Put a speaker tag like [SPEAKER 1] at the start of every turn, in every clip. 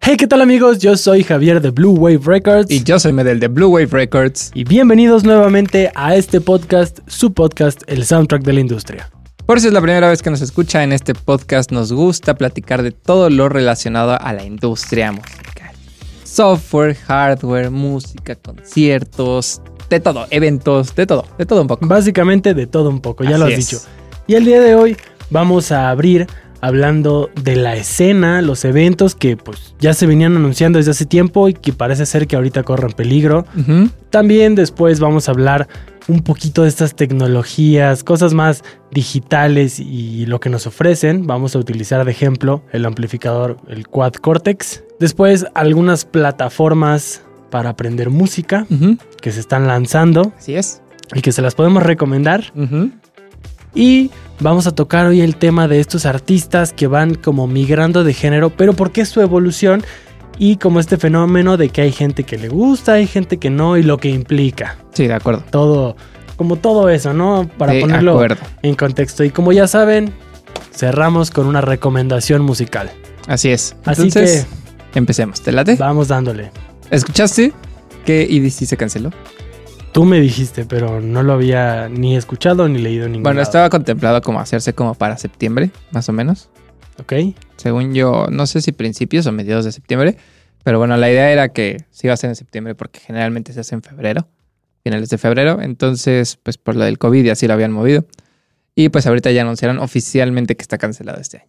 [SPEAKER 1] Hey, ¿qué tal amigos? Yo soy Javier de Blue Wave Records.
[SPEAKER 2] Y yo soy Medel de Blue Wave Records.
[SPEAKER 1] Y bienvenidos nuevamente a este podcast, su podcast, el soundtrack de la industria.
[SPEAKER 2] Por si es la primera vez que nos escucha en este podcast, nos gusta platicar de todo lo relacionado a la industria musical. Software, hardware, música, conciertos, de todo, eventos, de todo, de todo un poco.
[SPEAKER 1] Básicamente de todo un poco, ya
[SPEAKER 2] Así
[SPEAKER 1] lo has
[SPEAKER 2] es.
[SPEAKER 1] dicho. Y el día de hoy vamos a abrir hablando de la escena, los eventos que pues ya se venían anunciando desde hace tiempo y que parece ser que ahorita corren peligro.
[SPEAKER 2] Ujú.
[SPEAKER 1] También después vamos a hablar un poquito de estas tecnologías, cosas más digitales y lo que nos ofrecen. Vamos a utilizar de ejemplo el amplificador, el Quad Cortex. Después algunas plataformas para aprender música
[SPEAKER 2] Ujú.
[SPEAKER 1] que se están lanzando
[SPEAKER 2] Así es.
[SPEAKER 1] y que se las podemos recomendar.
[SPEAKER 2] Ujú.
[SPEAKER 1] Y vamos a tocar hoy el tema de estos artistas que van como migrando de género, pero por qué su evolución y como este fenómeno de que hay gente que le gusta, hay gente que no y lo que implica
[SPEAKER 2] Sí, de acuerdo.
[SPEAKER 1] todo, como todo eso, ¿no? Para
[SPEAKER 2] de
[SPEAKER 1] ponerlo
[SPEAKER 2] acuerdo.
[SPEAKER 1] en contexto. Y como ya saben, cerramos con una recomendación musical.
[SPEAKER 2] Así es.
[SPEAKER 1] Así
[SPEAKER 2] Entonces, ¿eh? empecemos. ¿Te late?
[SPEAKER 1] Vamos dándole.
[SPEAKER 2] ¿Escuchaste que EDC se canceló?
[SPEAKER 1] Tú me dijiste, pero no lo había ni escuchado ni leído en ningún
[SPEAKER 2] Bueno,
[SPEAKER 1] lado.
[SPEAKER 2] estaba contemplado como hacerse como para septiembre, más o menos.
[SPEAKER 1] ¿Ok?
[SPEAKER 2] Según yo, no sé si principios o mediados de septiembre, pero bueno, la idea era que se iba a hacer en septiembre porque generalmente se hace en febrero, finales de febrero, entonces pues por lo del COVID y así lo habían movido. Y pues ahorita ya anunciaron oficialmente que está cancelado este año.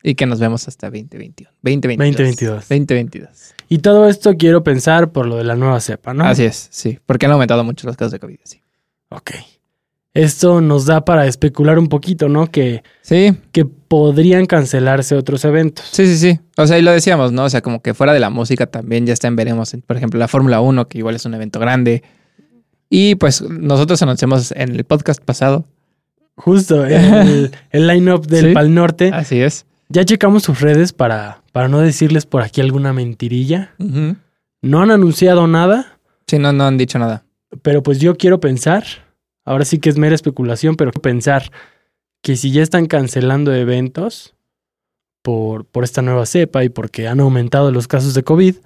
[SPEAKER 2] Y que nos vemos hasta 2021. 2022.
[SPEAKER 1] 2022.
[SPEAKER 2] 2022.
[SPEAKER 1] Y todo esto quiero pensar por lo de la nueva cepa, ¿no?
[SPEAKER 2] Así es, sí. Porque han aumentado mucho los casos de COVID, sí.
[SPEAKER 1] Ok. Esto nos da para especular un poquito, ¿no? Que,
[SPEAKER 2] Sí,
[SPEAKER 1] que podrían cancelarse otros eventos.
[SPEAKER 2] Sí, sí, sí. O sea, y lo decíamos, ¿no? O sea, como que fuera de la música también ya está en veremos, por ejemplo, la Fórmula 1, que igual es un evento grande. Y pues nosotros anunciamos en el podcast pasado.
[SPEAKER 1] Justo, el, el line-up del
[SPEAKER 2] Sí.
[SPEAKER 1] Pal Norte.
[SPEAKER 2] Así es.
[SPEAKER 1] Ya checamos sus redes para, para no decirles por aquí alguna mentirilla. No han anunciado nada.
[SPEAKER 2] Sí, no, no han dicho nada.
[SPEAKER 1] Pero pues yo quiero pensar, ahora sí que es mera especulación, pero quiero pensar que si ya están cancelando eventos por, por esta nueva cepa y porque han aumentado los casos de COVID,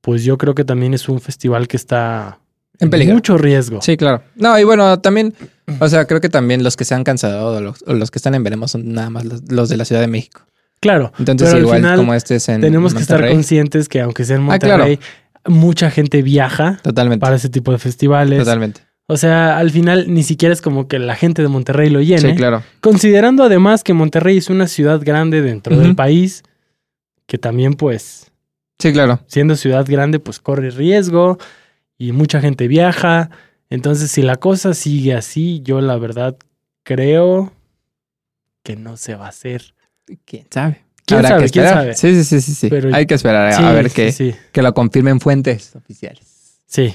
[SPEAKER 1] pues yo creo que también es un festival que está
[SPEAKER 2] En peligro.
[SPEAKER 1] mucho riesgo.
[SPEAKER 2] Sí, claro. No, y bueno, también, o sea, creo que también los que se han cancelado o los, o los que están en veremos son nada más los, los de la Ciudad de México.
[SPEAKER 1] Claro,
[SPEAKER 2] Entonces,
[SPEAKER 1] Pero al
[SPEAKER 2] igual
[SPEAKER 1] final
[SPEAKER 2] como este es en.
[SPEAKER 1] tenemos que estar
[SPEAKER 2] Monterrey,
[SPEAKER 1] conscientes que aunque sea en
[SPEAKER 2] Ah, claro.
[SPEAKER 1] Monterrey, mucha gente viaja
[SPEAKER 2] Totalmente.
[SPEAKER 1] para ese tipo de festivales.
[SPEAKER 2] Totalmente.
[SPEAKER 1] O sea, al final ni siquiera es como que la gente de Monterrey lo llene.
[SPEAKER 2] Sí, claro.
[SPEAKER 1] Considerando además que Monterrey es una ciudad grande dentro del
[SPEAKER 2] Ujú.
[SPEAKER 1] país, que también pues
[SPEAKER 2] Sí, claro.
[SPEAKER 1] siendo ciudad grande pues corre riesgo y mucha gente viaja. Entonces si la cosa sigue así, yo la verdad creo que no se va a hacer.
[SPEAKER 2] ¿Quién sabe?
[SPEAKER 1] ¿Quién
[SPEAKER 2] Habrá
[SPEAKER 1] sabe?
[SPEAKER 2] que
[SPEAKER 1] ¿Quién
[SPEAKER 2] esperar.
[SPEAKER 1] sabe?
[SPEAKER 2] Sí, sí, sí, sí. sí.
[SPEAKER 1] Pero-
[SPEAKER 2] Hay que esperar a,
[SPEAKER 1] Sí,
[SPEAKER 2] a ver
[SPEAKER 1] sí,
[SPEAKER 2] qué.
[SPEAKER 1] Sí,
[SPEAKER 2] Que lo confirmen fuentes oficiales.
[SPEAKER 1] sí.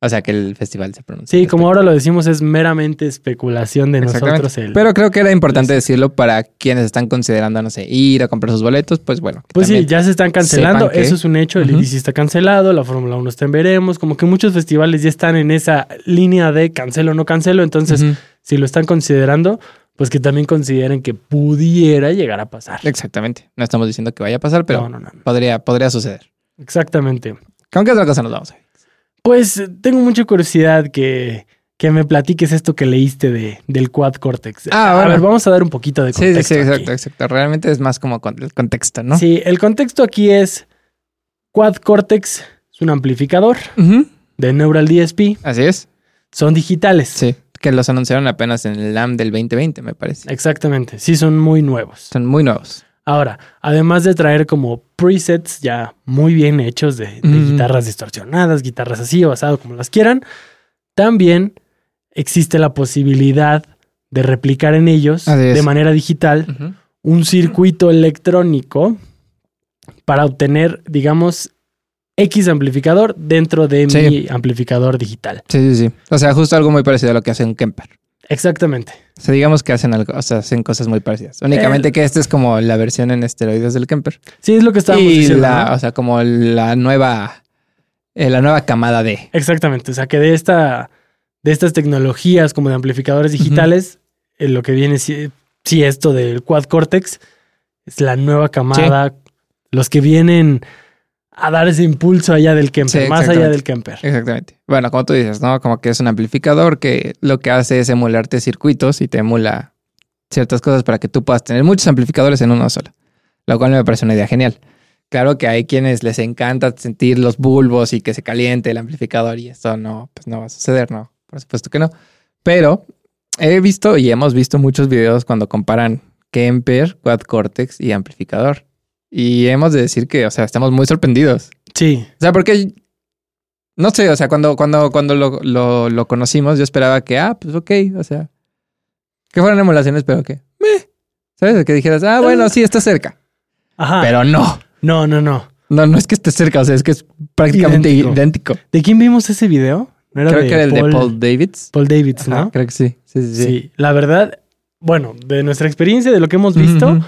[SPEAKER 2] O sea, que el festival se pronuncia.
[SPEAKER 1] Sí, como ahora lo decimos es meramente especulación de nosotros. El,
[SPEAKER 2] Pero creo que era importante
[SPEAKER 1] Pues
[SPEAKER 2] decirlo para quienes están considerando, no sé, ir a comprar sus boletos, pues bueno. que
[SPEAKER 1] Pues sí,
[SPEAKER 2] también-
[SPEAKER 1] ya se están cancelando,
[SPEAKER 2] sepan que-
[SPEAKER 1] eso es un hecho, el
[SPEAKER 2] Ujú.
[SPEAKER 1] IDC está cancelado, la Fórmula 1 está en veremos, como que muchos festivales ya están en esa línea de cancelo o no cancelo, entonces
[SPEAKER 2] Ujú,
[SPEAKER 1] si lo están considerando, pues que también consideren que pudiera llegar a pasar.
[SPEAKER 2] Exactamente. No estamos diciendo que vaya a pasar, pero
[SPEAKER 1] No, no, no, no.
[SPEAKER 2] podría, podría suceder.
[SPEAKER 1] Exactamente.
[SPEAKER 2] ¿Con qué otra cosa nos vamos a ir?
[SPEAKER 1] Pues eh, tengo mucha curiosidad que, que me platiques esto que leíste de, del Quad Cortex.
[SPEAKER 2] Ah,
[SPEAKER 1] A
[SPEAKER 2] bueno.
[SPEAKER 1] ver, vamos a dar un poquito de
[SPEAKER 2] Sí,
[SPEAKER 1] contexto.
[SPEAKER 2] sí, sí,
[SPEAKER 1] aquí.
[SPEAKER 2] exacto, exacto. Realmente es más como con el contexto, ¿no?
[SPEAKER 1] Sí, el contexto aquí es Quad Cortex es un amplificador
[SPEAKER 2] Ujú,
[SPEAKER 1] de Neural DSP,
[SPEAKER 2] Así es.
[SPEAKER 1] son digitales.
[SPEAKER 2] Sí. Que los anunciaron apenas en el LAM del 2020, me parece.
[SPEAKER 1] Exactamente, sí son muy nuevos.
[SPEAKER 2] Son muy nuevos.
[SPEAKER 1] Ahora, además de traer como presets ya muy bien hechos de, de
[SPEAKER 2] Mm.
[SPEAKER 1] guitarras distorsionadas, guitarras así, basado como las quieran, también existe la posibilidad de replicar en ellos
[SPEAKER 2] Así es.
[SPEAKER 1] de manera digital
[SPEAKER 2] Ujú.
[SPEAKER 1] un circuito electrónico para obtener, digamos, X amplificador dentro de
[SPEAKER 2] Sí.
[SPEAKER 1] mi amplificador digital.
[SPEAKER 2] Sí, sí, sí. O sea, justo algo muy parecido a lo que hace un Kemper.
[SPEAKER 1] Exactamente.
[SPEAKER 2] O sea, digamos que hacen algo, o sea, hacen cosas muy parecidas. Únicamente
[SPEAKER 1] El-
[SPEAKER 2] que esta es como la versión en esteroides del Kemper.
[SPEAKER 1] Sí, es lo que estábamos
[SPEAKER 2] Y
[SPEAKER 1] diciendo.
[SPEAKER 2] la,
[SPEAKER 1] ¿no?
[SPEAKER 2] o sea, como la nueva, eh, la nueva camada de.
[SPEAKER 1] Exactamente, o sea que de esta de estas tecnologías como de amplificadores digitales, eh, lo que viene si, si esto del quad cortex es la nueva camada, los que vienen a dar ese impulso allá del Kemper,
[SPEAKER 2] Sí,
[SPEAKER 1] más allá
[SPEAKER 2] exactamente.
[SPEAKER 1] del Kemper.
[SPEAKER 2] Exactamente. Bueno, como tú dices, ¿no? Como que es un amplificador que lo que hace es emularte circuitos y te emula ciertas cosas para que tú puedas tener muchos amplificadores en uno solo. Lo cual me parece una idea genial. Claro que hay quienes les encanta sentir los bulbos y que se caliente el amplificador y esto no, pues no va a suceder, ¿no? Por supuesto que no. Pero he visto y hemos visto muchos videos cuando comparan Kemper, Quad Cortex y amplificador. Y hemos de decir que, o sea, estamos muy sorprendidos.
[SPEAKER 1] Sí,
[SPEAKER 2] O sea, porque. No sé, o sea, cuando, cuando, cuando lo, lo- lo conocimos, yo esperaba que, ah, pues ok, o sea. Que fueran emulaciones, pero que. meh. ¿Sabes? Que dijeras, ah, bueno, sí, está cerca.
[SPEAKER 1] ajá.
[SPEAKER 2] Pero no.
[SPEAKER 1] no, no, no.
[SPEAKER 2] No, no es que esté cerca, o sea, es que es prácticamente idéntico.
[SPEAKER 1] ¿De quién vimos ese video? ¿No era
[SPEAKER 2] Creo que era el de Paul Davids.
[SPEAKER 1] Paul Davids,
[SPEAKER 2] Ajá,
[SPEAKER 1] ¿no?
[SPEAKER 2] Creo que sí. Sí, sí,
[SPEAKER 1] Sí.
[SPEAKER 2] sí.
[SPEAKER 1] la verdad, bueno, de nuestra experiencia, de lo que hemos visto,
[SPEAKER 2] Ujú.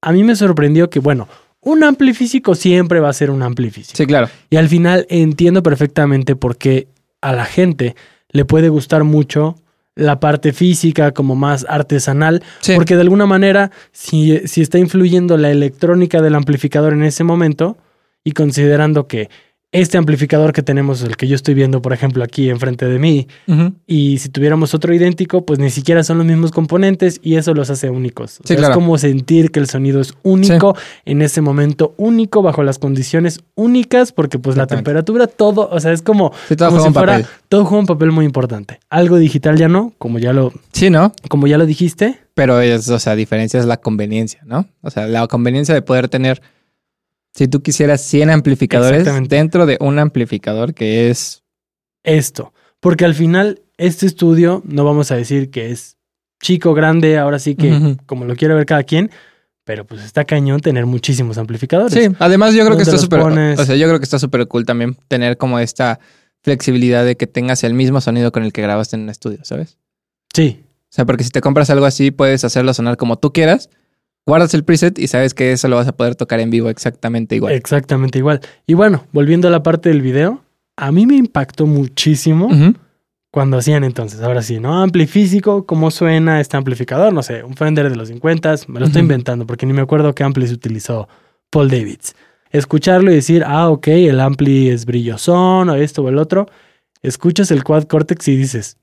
[SPEAKER 1] a mí me sorprendió que, bueno, un ampli físico siempre va a ser un ampli físico.
[SPEAKER 2] Sí, claro.
[SPEAKER 1] Y al final entiendo perfectamente por qué a la gente le puede gustar mucho la parte física como más artesanal,
[SPEAKER 2] Sí.
[SPEAKER 1] porque de alguna manera si, si está influyendo la electrónica del amplificador en ese momento y considerando que este amplificador que tenemos, el que yo estoy viendo por ejemplo aquí enfrente de mí,
[SPEAKER 2] Ujú.
[SPEAKER 1] y si tuviéramos otro idéntico, pues ni siquiera son los mismos componentes y eso los hace únicos. O
[SPEAKER 2] Sí,
[SPEAKER 1] sea,
[SPEAKER 2] claro.
[SPEAKER 1] Es como sentir que el sonido es único en ese momento, único bajo las condiciones únicas, porque pues la
[SPEAKER 2] Exactamente.
[SPEAKER 1] temperatura, todo, o sea, es como,
[SPEAKER 2] Sí, todo
[SPEAKER 1] como
[SPEAKER 2] juega
[SPEAKER 1] si
[SPEAKER 2] un
[SPEAKER 1] fuera-
[SPEAKER 2] papel.
[SPEAKER 1] todo juega un papel muy importante. Algo digital ya no, como ya lo,
[SPEAKER 2] Sí, ¿no?
[SPEAKER 1] como ya lo dijiste.
[SPEAKER 2] Pero es, o sea, diferencia es la conveniencia, ¿no? O sea, la conveniencia de poder tener, si tú quisieras 100 amplificadores
[SPEAKER 1] Exactamente.
[SPEAKER 2] dentro de un amplificador que es...
[SPEAKER 1] esto. Porque al final, este estudio, no vamos a decir que es chico, grande, ahora sí que
[SPEAKER 2] Ujú.
[SPEAKER 1] como lo quiere ver cada quien, pero pues está cañón tener muchísimos amplificadores.
[SPEAKER 2] Sí, además yo creo que
[SPEAKER 1] ¿Dónde
[SPEAKER 2] está
[SPEAKER 1] los
[SPEAKER 2] súper...
[SPEAKER 1] pones?
[SPEAKER 2] O sea, yo creo que está súper cool también tener como esta flexibilidad de que tengas el mismo sonido con el que grabaste en un estudio, ¿sabes?
[SPEAKER 1] Sí,
[SPEAKER 2] O sea, porque si te compras algo así, puedes hacerlo sonar como tú quieras, guardas el preset y sabes que eso lo vas a poder tocar en vivo exactamente igual.
[SPEAKER 1] Exactamente igual. Y bueno, volviendo a la parte del video, a mí me impactó muchísimo
[SPEAKER 2] Ujú.
[SPEAKER 1] cuando hacían entonces, ahora sí, ¿no? Ampli físico, ¿cómo suena este amplificador? No sé, un Fender de los 50, me lo estoy
[SPEAKER 2] Ujú.
[SPEAKER 1] inventando porque ni me acuerdo qué ampli se utilizó Paul Davids. Escucharlo y decir, ah, ok, el ampli es brillosón o esto o el otro. Escuchas el Quad Cortex y dices,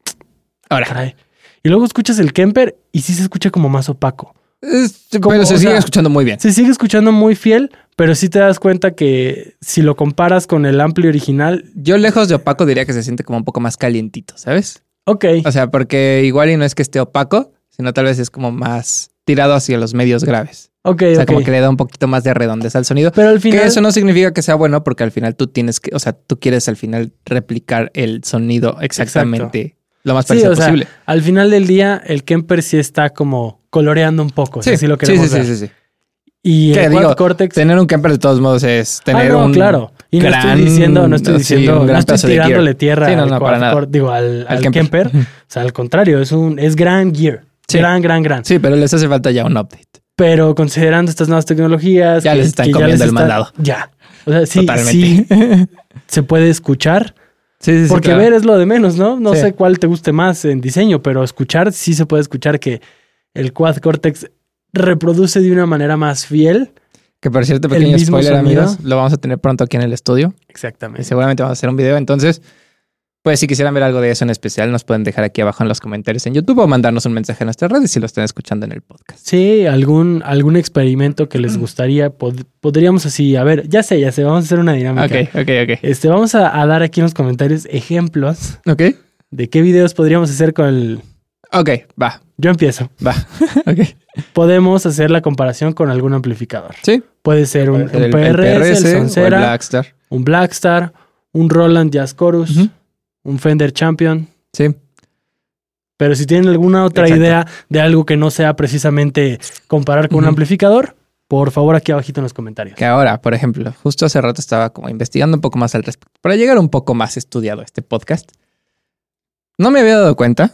[SPEAKER 2] Ahora,
[SPEAKER 1] caray. Y luego escuchas el Kemper y sí se escucha como más opaco.
[SPEAKER 2] es-
[SPEAKER 1] Como,
[SPEAKER 2] pero se
[SPEAKER 1] o
[SPEAKER 2] sigue
[SPEAKER 1] sea,
[SPEAKER 2] escuchando muy bien.
[SPEAKER 1] Se sigue escuchando muy fiel, pero sí te das cuenta que si lo comparas con el ampli original,
[SPEAKER 2] Yo lejos de opaco diría que se siente como un poco más calientito, ¿sabes?
[SPEAKER 1] ok,
[SPEAKER 2] O sea, porque igual y no es que esté opaco, sino tal vez es como más tirado hacia los medios graves.
[SPEAKER 1] ok,
[SPEAKER 2] O sea,
[SPEAKER 1] ok.
[SPEAKER 2] como que le da un poquito más de redondez al sonido.
[SPEAKER 1] Pero al final,
[SPEAKER 2] Que eso no significa que sea bueno, porque al final tú tienes que, o sea, tú quieres al final replicar el sonido exactamente lo más
[SPEAKER 1] Sí,
[SPEAKER 2] parecido
[SPEAKER 1] o sea,
[SPEAKER 2] posible.
[SPEAKER 1] al final del día, el Kemper sí está como coloreando un poco, si pues así lo
[SPEAKER 2] sí,
[SPEAKER 1] queremos
[SPEAKER 2] sí,
[SPEAKER 1] ver.
[SPEAKER 2] sí, sí, sí.
[SPEAKER 1] Y
[SPEAKER 2] Que
[SPEAKER 1] el
[SPEAKER 2] digo,
[SPEAKER 1] Quad Cortex,
[SPEAKER 2] Tener un camper de todos modos es tener
[SPEAKER 1] ah, no,
[SPEAKER 2] un
[SPEAKER 1] claro. Y no
[SPEAKER 2] gran-
[SPEAKER 1] estoy diciendo, no estoy
[SPEAKER 2] sí,
[SPEAKER 1] diciendo,
[SPEAKER 2] un gran
[SPEAKER 1] no estoy
[SPEAKER 2] pedazo de gear.
[SPEAKER 1] tirándole tierra
[SPEAKER 2] Sí, no,
[SPEAKER 1] al
[SPEAKER 2] no,
[SPEAKER 1] Quad
[SPEAKER 2] para nada.
[SPEAKER 1] Cor- digo, al,
[SPEAKER 2] al
[SPEAKER 1] al
[SPEAKER 2] Kemper.
[SPEAKER 1] Kemper. O sea, al contrario, es un, es gran gear.
[SPEAKER 2] Sí.
[SPEAKER 1] Gran, gran, gran.
[SPEAKER 2] Sí, pero les hace falta ya un update.
[SPEAKER 1] Pero considerando estas nuevas tecnologías.
[SPEAKER 2] Ya les están comiendo el mandado.
[SPEAKER 1] Ya. O sea, sí, sí
[SPEAKER 2] Totalmente.
[SPEAKER 1] se puede escuchar.
[SPEAKER 2] Sí, sí, sí,
[SPEAKER 1] Porque
[SPEAKER 2] claro.
[SPEAKER 1] ver es lo de menos, ¿no? No
[SPEAKER 2] Sí.
[SPEAKER 1] sé cuál te guste más en diseño, pero escuchar sí se puede escuchar que el Quad Cortex reproduce de una manera más fiel.
[SPEAKER 2] Que por cierto, pequeño
[SPEAKER 1] mismo
[SPEAKER 2] spoiler,
[SPEAKER 1] sonido.
[SPEAKER 2] amigos, lo vamos a tener pronto aquí en el estudio. Y
[SPEAKER 1] Exactamente.
[SPEAKER 2] seguramente vamos a hacer un video. Entonces, pues si quisieran ver algo de eso en especial, nos pueden dejar aquí abajo en los comentarios en YouTube o mandarnos un mensaje a nuestras redes si lo están escuchando en el podcast.
[SPEAKER 1] Sí, algún, algún experimento que
[SPEAKER 2] Mm.
[SPEAKER 1] les gustaría, pod- podríamos así, a ver, ya sé, ya sé, vamos a hacer una dinámica.
[SPEAKER 2] Ok, ok, ok.
[SPEAKER 1] Este, vamos a, a dar aquí en los comentarios ejemplos
[SPEAKER 2] Ok,
[SPEAKER 1] de qué videos podríamos hacer con el...
[SPEAKER 2] ok, va,
[SPEAKER 1] Yo empiezo.
[SPEAKER 2] va. ok.
[SPEAKER 1] Podemos hacer la comparación con algún amplificador.
[SPEAKER 2] Sí.
[SPEAKER 1] Puede ser un,
[SPEAKER 2] El,
[SPEAKER 1] un
[SPEAKER 2] el
[SPEAKER 1] PRS, el,
[SPEAKER 2] PRS o el
[SPEAKER 1] Sonsera,
[SPEAKER 2] Blackstar.
[SPEAKER 1] un Blackstar, un Roland Jazz Chorus,
[SPEAKER 2] Ujú.
[SPEAKER 1] un Fender Champion.
[SPEAKER 2] Sí.
[SPEAKER 1] Pero si tienen alguna otra
[SPEAKER 2] Exacto.
[SPEAKER 1] idea de algo que no sea precisamente comparar con un
[SPEAKER 2] Ujú.
[SPEAKER 1] amplificador, por favor aquí abajito en los comentarios.
[SPEAKER 2] Que ahora, por ejemplo, justo hace rato estaba como investigando un poco más al respecto. Para llegar un poco más estudiado a este podcast, no me había dado cuenta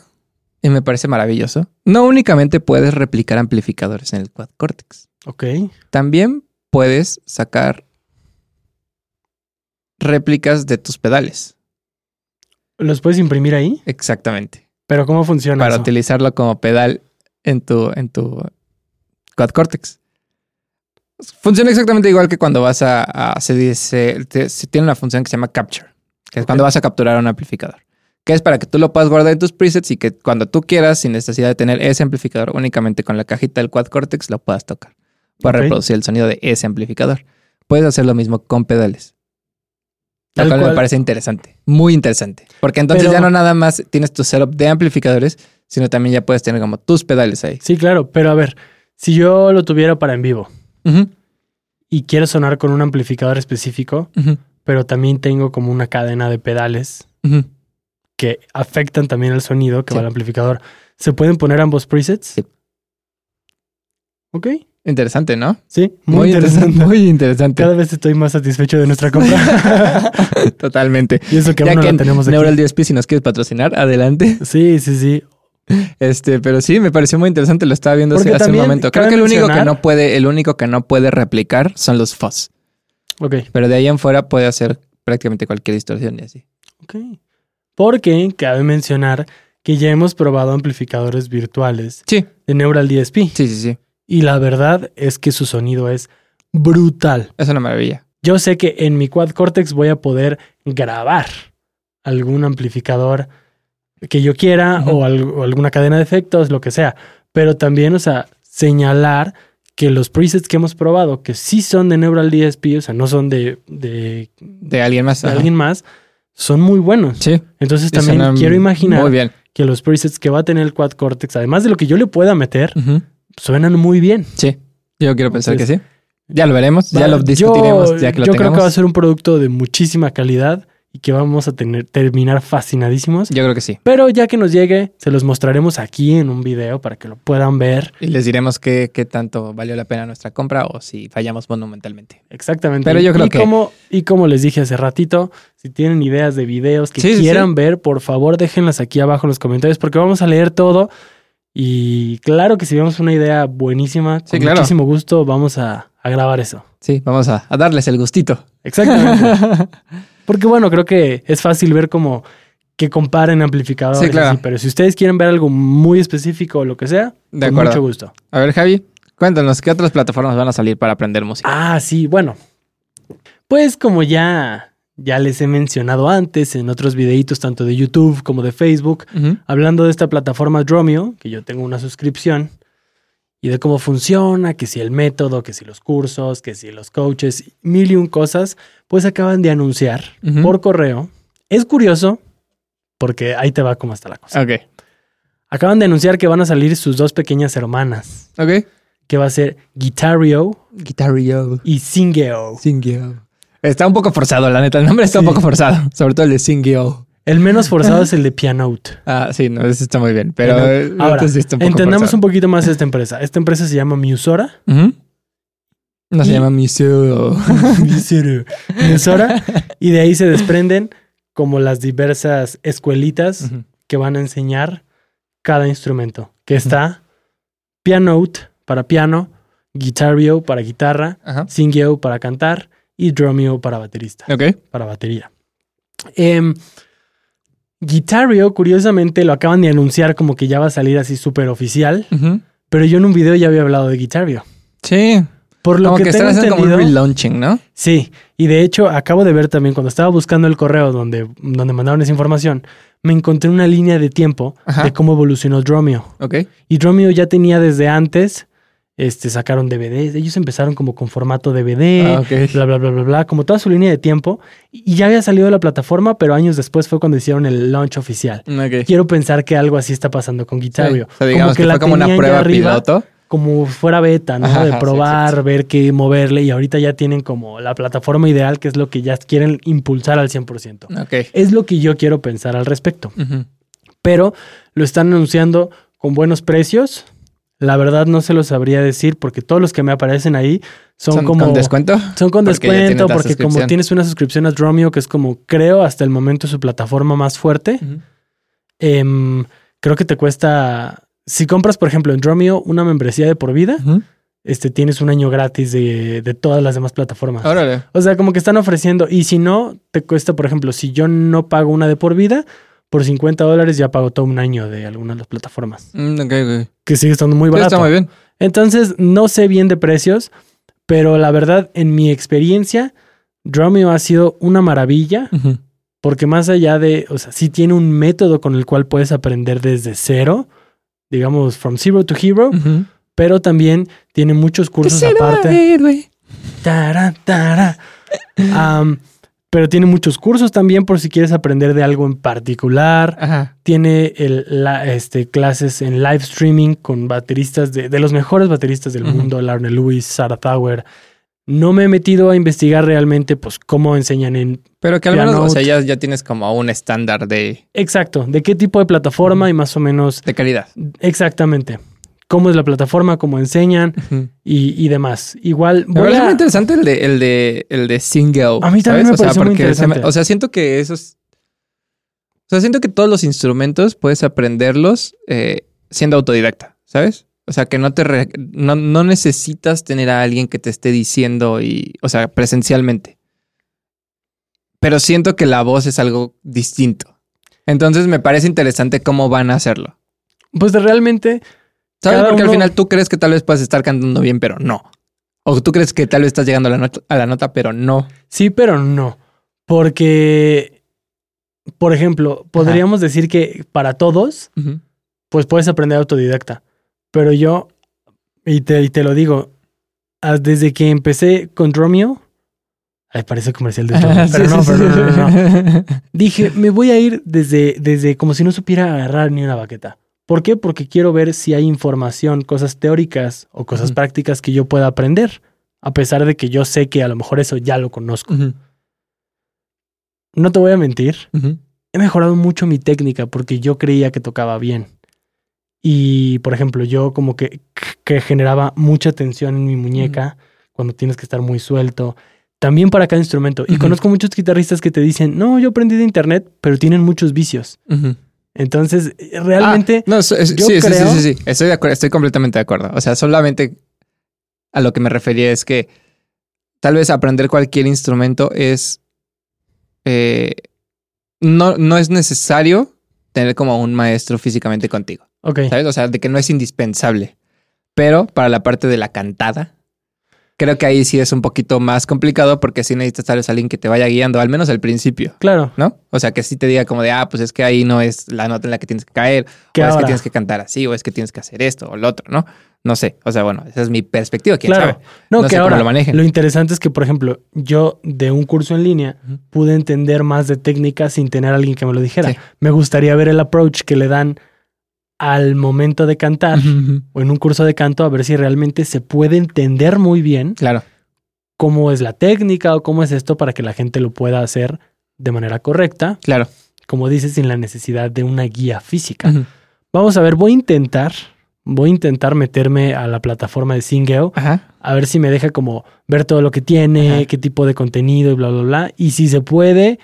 [SPEAKER 2] y me parece maravilloso. No únicamente puedes replicar amplificadores en el Quad Cortex.
[SPEAKER 1] Ok.
[SPEAKER 2] También puedes sacar réplicas de tus pedales.
[SPEAKER 1] ¿Los puedes imprimir ahí?
[SPEAKER 2] Exactamente.
[SPEAKER 1] ¿Pero cómo funciona
[SPEAKER 2] Para
[SPEAKER 1] eso?
[SPEAKER 2] utilizarlo como pedal en tu, en tu Quad Cortex. Funciona exactamente igual que cuando vas a, a- se dice, te- se tiene una función que se llama capture, que es
[SPEAKER 1] Ok.
[SPEAKER 2] cuando vas a capturar un amplificador, que es para que tú lo puedas guardar en tus presets y que cuando tú quieras, sin necesidad de tener ese amplificador, únicamente con la cajita del Quad Cortex lo puedas tocar para
[SPEAKER 1] Ok.
[SPEAKER 2] reproducir el sonido de ese amplificador. Puedes hacer lo mismo con pedales. Lo
[SPEAKER 1] Tal
[SPEAKER 2] cual, me
[SPEAKER 1] cual.
[SPEAKER 2] parece interesante, muy interesante. Porque entonces
[SPEAKER 1] Pero-
[SPEAKER 2] ya no nada más tienes tu setup de amplificadores, sino también ya puedes tener como tus pedales ahí.
[SPEAKER 1] Sí, claro, pero a ver, si yo lo tuviera para en vivo
[SPEAKER 2] Ujú,
[SPEAKER 1] y quiero sonar con un amplificador específico,
[SPEAKER 2] ujú,
[SPEAKER 1] pero también tengo como una cadena de pedales
[SPEAKER 2] ujú.
[SPEAKER 1] que afectan también el sonido que
[SPEAKER 2] Sí.
[SPEAKER 1] va al amplificador, ¿se pueden poner ambos presets?
[SPEAKER 2] Sí.
[SPEAKER 1] Ok,
[SPEAKER 2] Interesante, ¿no?
[SPEAKER 1] sí, muy, interesante.
[SPEAKER 2] Muy interesante.
[SPEAKER 1] Cada vez estoy más satisfecho de nuestra compra.
[SPEAKER 2] Totalmente.
[SPEAKER 1] y eso que
[SPEAKER 2] ya
[SPEAKER 1] aún no
[SPEAKER 2] que
[SPEAKER 1] la tenemos aquí.
[SPEAKER 2] Neural DSP, si nos quieres patrocinar, adelante.
[SPEAKER 1] Sí, sí, sí.
[SPEAKER 2] Este, pero sí, me pareció muy interesante. Lo estaba viendo hace,
[SPEAKER 1] Porque
[SPEAKER 2] hace un
[SPEAKER 1] también
[SPEAKER 2] momento. Creo
[SPEAKER 1] cabe
[SPEAKER 2] que el único que
[SPEAKER 1] mencionar-
[SPEAKER 2] no puede, el único que no puede replicar son los fuzz.
[SPEAKER 1] Ok,
[SPEAKER 2] Pero de ahí en fuera puede hacer prácticamente cualquier distorsión y así.
[SPEAKER 1] ok. Porque cabe mencionar que ya hemos probado amplificadores virtuales
[SPEAKER 2] Sí,
[SPEAKER 1] de Neural DSP.
[SPEAKER 2] sí, sí, sí.
[SPEAKER 1] Y la verdad es que su sonido es brutal.
[SPEAKER 2] Es una maravilla.
[SPEAKER 1] Yo sé que en mi Quad Cortex voy a poder grabar algún amplificador que yo quiera
[SPEAKER 2] Ujú.
[SPEAKER 1] o, al- o alguna cadena de efectos, lo que sea. Pero también, o sea, señalar que los presets que hemos probado, que sí son de Neural DSP, o sea, no son de, de-
[SPEAKER 2] De alguien más.
[SPEAKER 1] de
[SPEAKER 2] ajá.
[SPEAKER 1] alguien más, son muy buenos.
[SPEAKER 2] Sí.
[SPEAKER 1] Entonces
[SPEAKER 2] Y
[SPEAKER 1] también
[SPEAKER 2] suena
[SPEAKER 1] quiero imaginar
[SPEAKER 2] Muy bien.
[SPEAKER 1] que los presets que va a tener el Quad Cortex, además de lo que yo le pueda meter,
[SPEAKER 2] Ujú.
[SPEAKER 1] suenan muy bien.
[SPEAKER 2] Sí. Yo quiero pensar
[SPEAKER 1] Entonces,
[SPEAKER 2] que sí. Ya lo veremos, ya
[SPEAKER 1] Va-
[SPEAKER 2] lo
[SPEAKER 1] yo-
[SPEAKER 2] discutiremos, ya que lo
[SPEAKER 1] yo creo
[SPEAKER 2] tengamos.
[SPEAKER 1] que va a ser un producto de muchísima calidad y que vamos a tener, terminar fascinadísimos.
[SPEAKER 2] Yo creo que sí.
[SPEAKER 1] Pero ya que nos llegue, se los mostraremos aquí en un video para que lo puedan ver
[SPEAKER 2] Y les diremos qué, qué tanto valió la pena nuestra compra o si fallamos monumentalmente.
[SPEAKER 1] exactamente.
[SPEAKER 2] Pero yo creo
[SPEAKER 1] y
[SPEAKER 2] que-
[SPEAKER 1] Como, y como les dije hace ratito, si tienen ideas de videos que
[SPEAKER 2] Sí, sí,
[SPEAKER 1] quieran
[SPEAKER 2] sí.
[SPEAKER 1] ver, por favor déjenlas aquí abajo en los comentarios porque vamos a leer todo. Y claro que si vemos una idea buenísima, con
[SPEAKER 2] Sí, claro.
[SPEAKER 1] muchísimo gusto vamos a, a grabar eso.
[SPEAKER 2] Sí, vamos a, a darles el gustito.
[SPEAKER 1] Exactamente. Porque bueno, creo que es fácil ver como que comparen amplificadores.
[SPEAKER 2] Sí, claro.
[SPEAKER 1] así, pero si ustedes quieren ver algo muy específico o lo que sea,
[SPEAKER 2] De
[SPEAKER 1] con
[SPEAKER 2] acuerdo.
[SPEAKER 1] mucho gusto.
[SPEAKER 2] A ver, Javi, cuéntanos, ¿qué otras plataformas van a salir para aprender música?
[SPEAKER 1] Ah, sí, bueno. Pues como ya, ya les he mencionado antes en otros videitos, tanto de YouTube como de Facebook,
[SPEAKER 2] Ujú.
[SPEAKER 1] hablando de esta plataforma Dromio, que yo tengo una suscripción, y de cómo funciona, que si el método, que si los cursos, que si los coaches, mil y un cosas, pues acaban de anunciar
[SPEAKER 2] Ujú.
[SPEAKER 1] por correo. Es curioso, porque ahí te va como está la cosa.
[SPEAKER 2] Ok,
[SPEAKER 1] Acaban de anunciar que van a salir sus dos pequeñas hermanas,
[SPEAKER 2] ok.
[SPEAKER 1] que va a ser Guitario
[SPEAKER 2] Guitarrio,
[SPEAKER 1] y Singeo.
[SPEAKER 2] Singio. Está un poco forzado, la neta. El nombre está un
[SPEAKER 1] Sí.
[SPEAKER 2] poco forzado, sobre todo el de Singio.
[SPEAKER 1] El menos forzado es el de Pianote.
[SPEAKER 2] Ah, sí, no, eso está muy bien, pero eh,
[SPEAKER 1] Ahora,
[SPEAKER 2] entonces sí está un poco
[SPEAKER 1] entendamos
[SPEAKER 2] forzado.
[SPEAKER 1] un poquito más esta empresa. Esta empresa se llama Musora.
[SPEAKER 2] Ujú. No se
[SPEAKER 1] Y-
[SPEAKER 2] llama Museo.
[SPEAKER 1] Musora. Musora. Y de ahí se desprenden como las diversas escuelitas
[SPEAKER 2] Ujú.
[SPEAKER 1] que van a enseñar cada instrumento. Que está Pianote para piano, Guitario para guitarra,
[SPEAKER 2] Ajá.
[SPEAKER 1] Singeo para cantar y Dromio para baterista,
[SPEAKER 2] Ok.
[SPEAKER 1] para batería. Em, Guitario, curiosamente, lo acaban de anunciar como que ya va a salir así súper oficial,
[SPEAKER 2] Ujú.
[SPEAKER 1] pero yo en un video ya había hablado de Guitario.
[SPEAKER 2] Sí.
[SPEAKER 1] Por lo
[SPEAKER 2] como
[SPEAKER 1] que,
[SPEAKER 2] que, están
[SPEAKER 1] tengo
[SPEAKER 2] haciendo como
[SPEAKER 1] entendido,
[SPEAKER 2] un relaunching, ¿no?
[SPEAKER 1] sí, y de hecho acabo de ver también cuando estaba buscando el correo donde, donde mandaron esa información, me encontré una línea de tiempo
[SPEAKER 2] Ajá.
[SPEAKER 1] de cómo evolucionó Dromio.
[SPEAKER 2] Ok.
[SPEAKER 1] Y Dromio ya tenía desde antes, este, sacaron DVDs, ellos empezaron como con formato DVD,
[SPEAKER 2] Ah, ok.
[SPEAKER 1] bla, bla, bla, bla, bla, como toda su línea de tiempo. Y ya había salido de la plataforma, pero años después fue cuando hicieron el launch oficial.
[SPEAKER 2] Ok.
[SPEAKER 1] Quiero pensar que algo así está pasando con Guitario.
[SPEAKER 2] Sí, o sea, digamos que, fue como una
[SPEAKER 1] tenían ya
[SPEAKER 2] prueba
[SPEAKER 1] arriba,
[SPEAKER 2] piloto.
[SPEAKER 1] Como fuera beta, ¿no?
[SPEAKER 2] Ajá,
[SPEAKER 1] de
[SPEAKER 2] ajá, sí,
[SPEAKER 1] probar,
[SPEAKER 2] exacto.
[SPEAKER 1] ver qué moverle. Y ahorita ya tienen como la plataforma ideal, que es lo que ya quieren impulsar al 100%.
[SPEAKER 2] Ok.
[SPEAKER 1] Es lo que yo quiero pensar al respecto.
[SPEAKER 2] Ujú.
[SPEAKER 1] Pero lo están anunciando con buenos precios. La verdad no se los sabría decir porque todos los que me aparecen ahí son,
[SPEAKER 2] ¿Son
[SPEAKER 1] como...
[SPEAKER 2] con descuento?
[SPEAKER 1] Son con
[SPEAKER 2] Porque ya
[SPEAKER 1] descuento
[SPEAKER 2] tienes la
[SPEAKER 1] porque como
[SPEAKER 2] suscripción.
[SPEAKER 1] tienes una suscripción a Dromio, que es como creo hasta el momento su plataforma más fuerte, em, creo que te cuesta... Si compras, por ejemplo, en Dromio una membresía de por vida,
[SPEAKER 2] Ujú.
[SPEAKER 1] este, tienes un año gratis de, de todas las demás plataformas.
[SPEAKER 2] Órale.
[SPEAKER 1] O sea, como que están ofreciendo. Y si no, te cuesta, por ejemplo, si yo no pago una de por vida, por 50 dólares ya pago todo un año de algunas de las plataformas.
[SPEAKER 2] Mm, ok, ok.
[SPEAKER 1] Que sigue estando muy
[SPEAKER 2] Sí,
[SPEAKER 1] barato.
[SPEAKER 2] está muy bien.
[SPEAKER 1] Entonces, no sé bien de precios, Pero la verdad, en mi experiencia, Dromio ha sido una maravilla
[SPEAKER 2] Ujú.
[SPEAKER 1] porque más allá de, o sea, sí tiene un método con el cual puedes aprender desde cero, digamos, from zero to hero,
[SPEAKER 2] Ujú.
[SPEAKER 1] pero también tiene muchos cursos
[SPEAKER 2] Quisiera
[SPEAKER 1] aparte.
[SPEAKER 2] héroe.
[SPEAKER 1] Tará, tará. Am, pero tiene muchos cursos también por si quieres aprender de algo en particular.
[SPEAKER 2] Ajá.
[SPEAKER 1] Tiene el, la, este, clases en live streaming con bateristas de, de los mejores bateristas del
[SPEAKER 2] Ujú.
[SPEAKER 1] mundo, Larne Lewis, Sarah Tower. No me he metido a investigar realmente pues cómo enseñan en
[SPEAKER 2] Pero que al
[SPEAKER 1] Ya
[SPEAKER 2] menos,
[SPEAKER 1] no-
[SPEAKER 2] o sea, ya, ya tienes como un estándar de,
[SPEAKER 1] Exacto, de qué tipo de plataforma y más o menos
[SPEAKER 2] de calidad.
[SPEAKER 1] exactamente cómo es la plataforma, cómo enseñan y, y demás. Igual
[SPEAKER 2] Me
[SPEAKER 1] voy
[SPEAKER 2] parece
[SPEAKER 1] a-
[SPEAKER 2] muy interesante el de, el de, el de single.
[SPEAKER 1] A mí también me
[SPEAKER 2] o sea,
[SPEAKER 1] pareció muy
[SPEAKER 2] porque se me-
[SPEAKER 1] interesante.
[SPEAKER 2] o sea, siento que esos. O sea, siento que todos los instrumentos puedes aprenderlos eh, siendo autodidacta, ¿sabes? O sea, que no te re- no, no necesitas tener a alguien que te esté diciendo y. O sea, presencialmente. Pero siento que la voz es algo distinto. Entonces me parece interesante cómo van a hacerlo.
[SPEAKER 1] pues de realmente
[SPEAKER 2] ¿Sabes?
[SPEAKER 1] Cada
[SPEAKER 2] Porque
[SPEAKER 1] uno-
[SPEAKER 2] al final tú crees que tal vez puedes estar cantando bien, pero no. O tú crees que tal vez estás llegando a la, not- a la nota, pero no.
[SPEAKER 1] sí, pero no, porque por ejemplo podríamos decir que para todos pues puedes aprender autodidacta, pero yo y te, y te lo digo ah, desde que empecé con Romeo, ay parece comercial de Romeo, pero no, pero no, no, no. Dije, me voy a ir desde, desde como si no supiera agarrar ni una baqueta. ¿Por qué? Porque quiero ver si hay información, cosas teóricas o cosas
[SPEAKER 2] Ujú.
[SPEAKER 1] prácticas que yo pueda aprender, a pesar de que yo sé que a lo mejor eso ya lo conozco.
[SPEAKER 2] Ujú,
[SPEAKER 1] No te voy a mentir,
[SPEAKER 2] ujú.
[SPEAKER 1] he mejorado mucho mi técnica porque yo creía que tocaba bien. Y, por ejemplo, yo como que, que generaba mucha tensión en mi muñeca cuando tienes que estar muy suelto. También para cada instrumento. Y
[SPEAKER 2] Ujú.
[SPEAKER 1] conozco muchos guitarristas que te dicen, no, yo aprendí de internet, pero tienen muchos vicios.
[SPEAKER 2] Ujú.
[SPEAKER 1] Entonces, eh, realmente,
[SPEAKER 2] Ah, no, so- es-
[SPEAKER 1] yo
[SPEAKER 2] sí, sí,
[SPEAKER 1] creo-
[SPEAKER 2] sí, sí, sí. Estoy de acuerdo, estoy completamente de acuerdo. O sea, solamente a lo que me refería es que tal vez aprender cualquier instrumento es. eh, no, no es necesario tener como un maestro físicamente contigo.
[SPEAKER 1] ok,
[SPEAKER 2] ¿Sabes? O sea, de que no es indispensable. Pero para la parte de la cantada, creo que ahí sí es un poquito más complicado porque sí necesitas tal vez alguien que te vaya guiando, al menos al principio,
[SPEAKER 1] claro,
[SPEAKER 2] ¿no? O sea, que sí te diga como de, ah, pues es que ahí no es la nota en la que tienes que caer,
[SPEAKER 1] que
[SPEAKER 2] o es que
[SPEAKER 1] ahora,
[SPEAKER 2] tienes que cantar así, o es que tienes que hacer esto o lo otro, ¿no? No sé. O sea, bueno, esa es mi perspectiva, quién
[SPEAKER 1] claro,
[SPEAKER 2] sabe.
[SPEAKER 1] no,
[SPEAKER 2] No
[SPEAKER 1] que
[SPEAKER 2] sé cómo
[SPEAKER 1] ahora,
[SPEAKER 2] lo
[SPEAKER 1] lo,
[SPEAKER 2] manejen.
[SPEAKER 1] interesante es que, por ejemplo, yo de un curso en línea
[SPEAKER 2] Ujú.
[SPEAKER 1] pude entender más de técnica sin tener a alguien que me lo dijera.
[SPEAKER 2] Sí.
[SPEAKER 1] Me gustaría ver el approach que le dan al momento de cantar
[SPEAKER 2] Ujú.
[SPEAKER 1] o en un curso de canto a ver si realmente se puede entender muy bien
[SPEAKER 2] Claro.
[SPEAKER 1] cómo es la técnica o cómo es esto para que la gente lo pueda hacer de manera correcta,
[SPEAKER 2] Claro.
[SPEAKER 1] como dices, sin la necesidad de una guía física.
[SPEAKER 2] Ujú.
[SPEAKER 1] Vamos a ver, voy a intentar, voy a intentar meterme a la plataforma de Singeo,
[SPEAKER 2] Ajá.
[SPEAKER 1] a ver si me deja como ver todo lo que tiene,
[SPEAKER 2] Ajá.
[SPEAKER 1] qué tipo de contenido y bla, bla, bla. Y si se puede,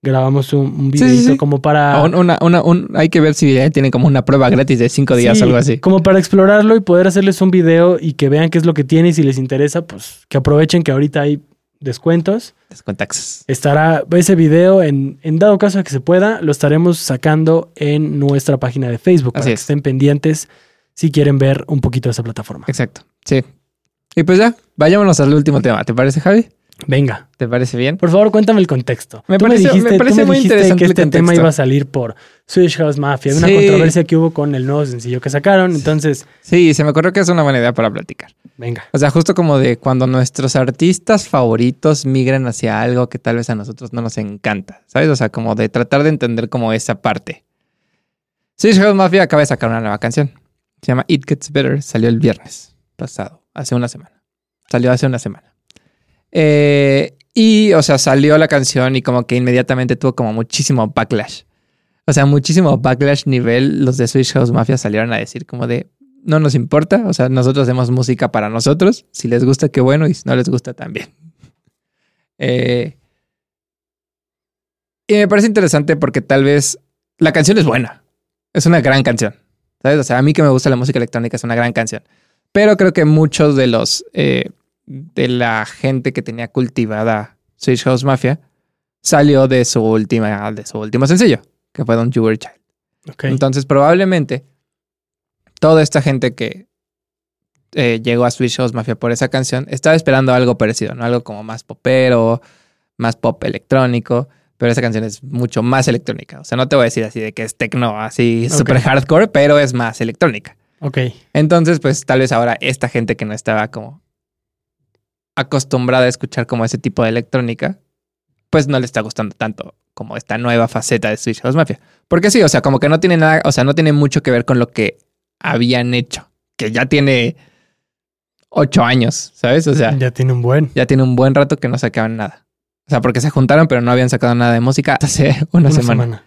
[SPEAKER 1] grabamos un, un
[SPEAKER 2] Sí, sí,
[SPEAKER 1] videito
[SPEAKER 2] sí.
[SPEAKER 1] como para...
[SPEAKER 2] O un- una, una, un- hay que ver si ya tienen como una prueba gratis de cinco días
[SPEAKER 1] Sí,
[SPEAKER 2] o algo así.
[SPEAKER 1] Como para explorarlo y poder hacerles un video y que vean qué es lo que tiene y si les interesa, pues que aprovechen que ahorita hay descuentos.
[SPEAKER 2] Descontaxes.
[SPEAKER 1] Estará ese video en, en dado caso de que se pueda, lo estaremos sacando en nuestra página de Facebook para
[SPEAKER 2] Así
[SPEAKER 1] que
[SPEAKER 2] es.
[SPEAKER 1] estén pendientes si quieren ver un poquito de esa plataforma.
[SPEAKER 2] Exacto, sí. Y pues ya, vayámonos al último tema. ¿Te parece, Javi?
[SPEAKER 1] Venga,
[SPEAKER 2] ¿Te parece bien?
[SPEAKER 1] por favor, cuéntame el contexto.
[SPEAKER 2] Me
[SPEAKER 1] Tú
[SPEAKER 2] parece- me
[SPEAKER 1] dijiste, tú
[SPEAKER 2] parece muy
[SPEAKER 1] dijiste
[SPEAKER 2] interesante
[SPEAKER 1] que
[SPEAKER 2] el
[SPEAKER 1] este tema
[SPEAKER 2] contexto.
[SPEAKER 1] iba a salir por Swedish House Mafia, una
[SPEAKER 2] Sí.
[SPEAKER 1] controversia que hubo con el nuevo sencillo que sacaron, entonces,
[SPEAKER 2] Sí, se me ocurrió que es una buena idea para platicar.
[SPEAKER 1] venga.
[SPEAKER 2] O sea, justo como de cuando nuestros artistas favoritos migran hacia algo que tal vez a nosotros no nos encanta, ¿sabes? O sea, como de tratar de entender como esa parte. Sí, House Mafia acaba de sacar una nueva canción. Se llama It Gets Better. Salió el viernes pasado, hace una semana. Salió hace una semana. Eh, y, o sea, salió la canción y como que inmediatamente tuvo como muchísimo backlash. O sea, muchísimo backlash nivel. Los de Switch House Mafia salieron a decir como de, no nos importa, o sea, nosotros hacemos música para nosotros. Si les gusta, qué bueno, y si no les gusta, también. Eh, y me parece interesante porque tal vez la canción es buena. Es una gran canción. ¿Sabes? O sea, a mí que me gusta la música electrónica es una gran canción. Pero creo que muchos de los eh, de la gente que tenía cultivada Switch House Mafia salió de su última, de su último sencillo, que fue Don't You Were a Child.
[SPEAKER 1] Ok.
[SPEAKER 2] Entonces, probablemente toda esta gente que eh, llegó a Switch House Mafia por esa canción, estaba esperando algo parecido, ¿no? Algo como más popero, más pop electrónico, pero esa canción es mucho más electrónica. O sea, no te voy a decir así de que es techno, así
[SPEAKER 1] Ok.
[SPEAKER 2] super hardcore, pero es más electrónica.
[SPEAKER 1] Ok.
[SPEAKER 2] Entonces, pues tal vez ahora esta gente que no estaba como acostumbrada a escuchar como ese tipo de electrónica, pues no le está gustando tanto como esta nueva faceta de Switch House Mafia. Porque sí, o sea, como que no tiene nada, o sea, no tiene mucho que ver con lo que habían hecho, que ya tiene ocho años, ¿sabes? O sea,
[SPEAKER 1] Ya tiene un buen.
[SPEAKER 2] ya tiene un buen rato que no sacaban nada. O sea, porque se juntaron, pero no habían sacado nada de música hasta hace una, semana.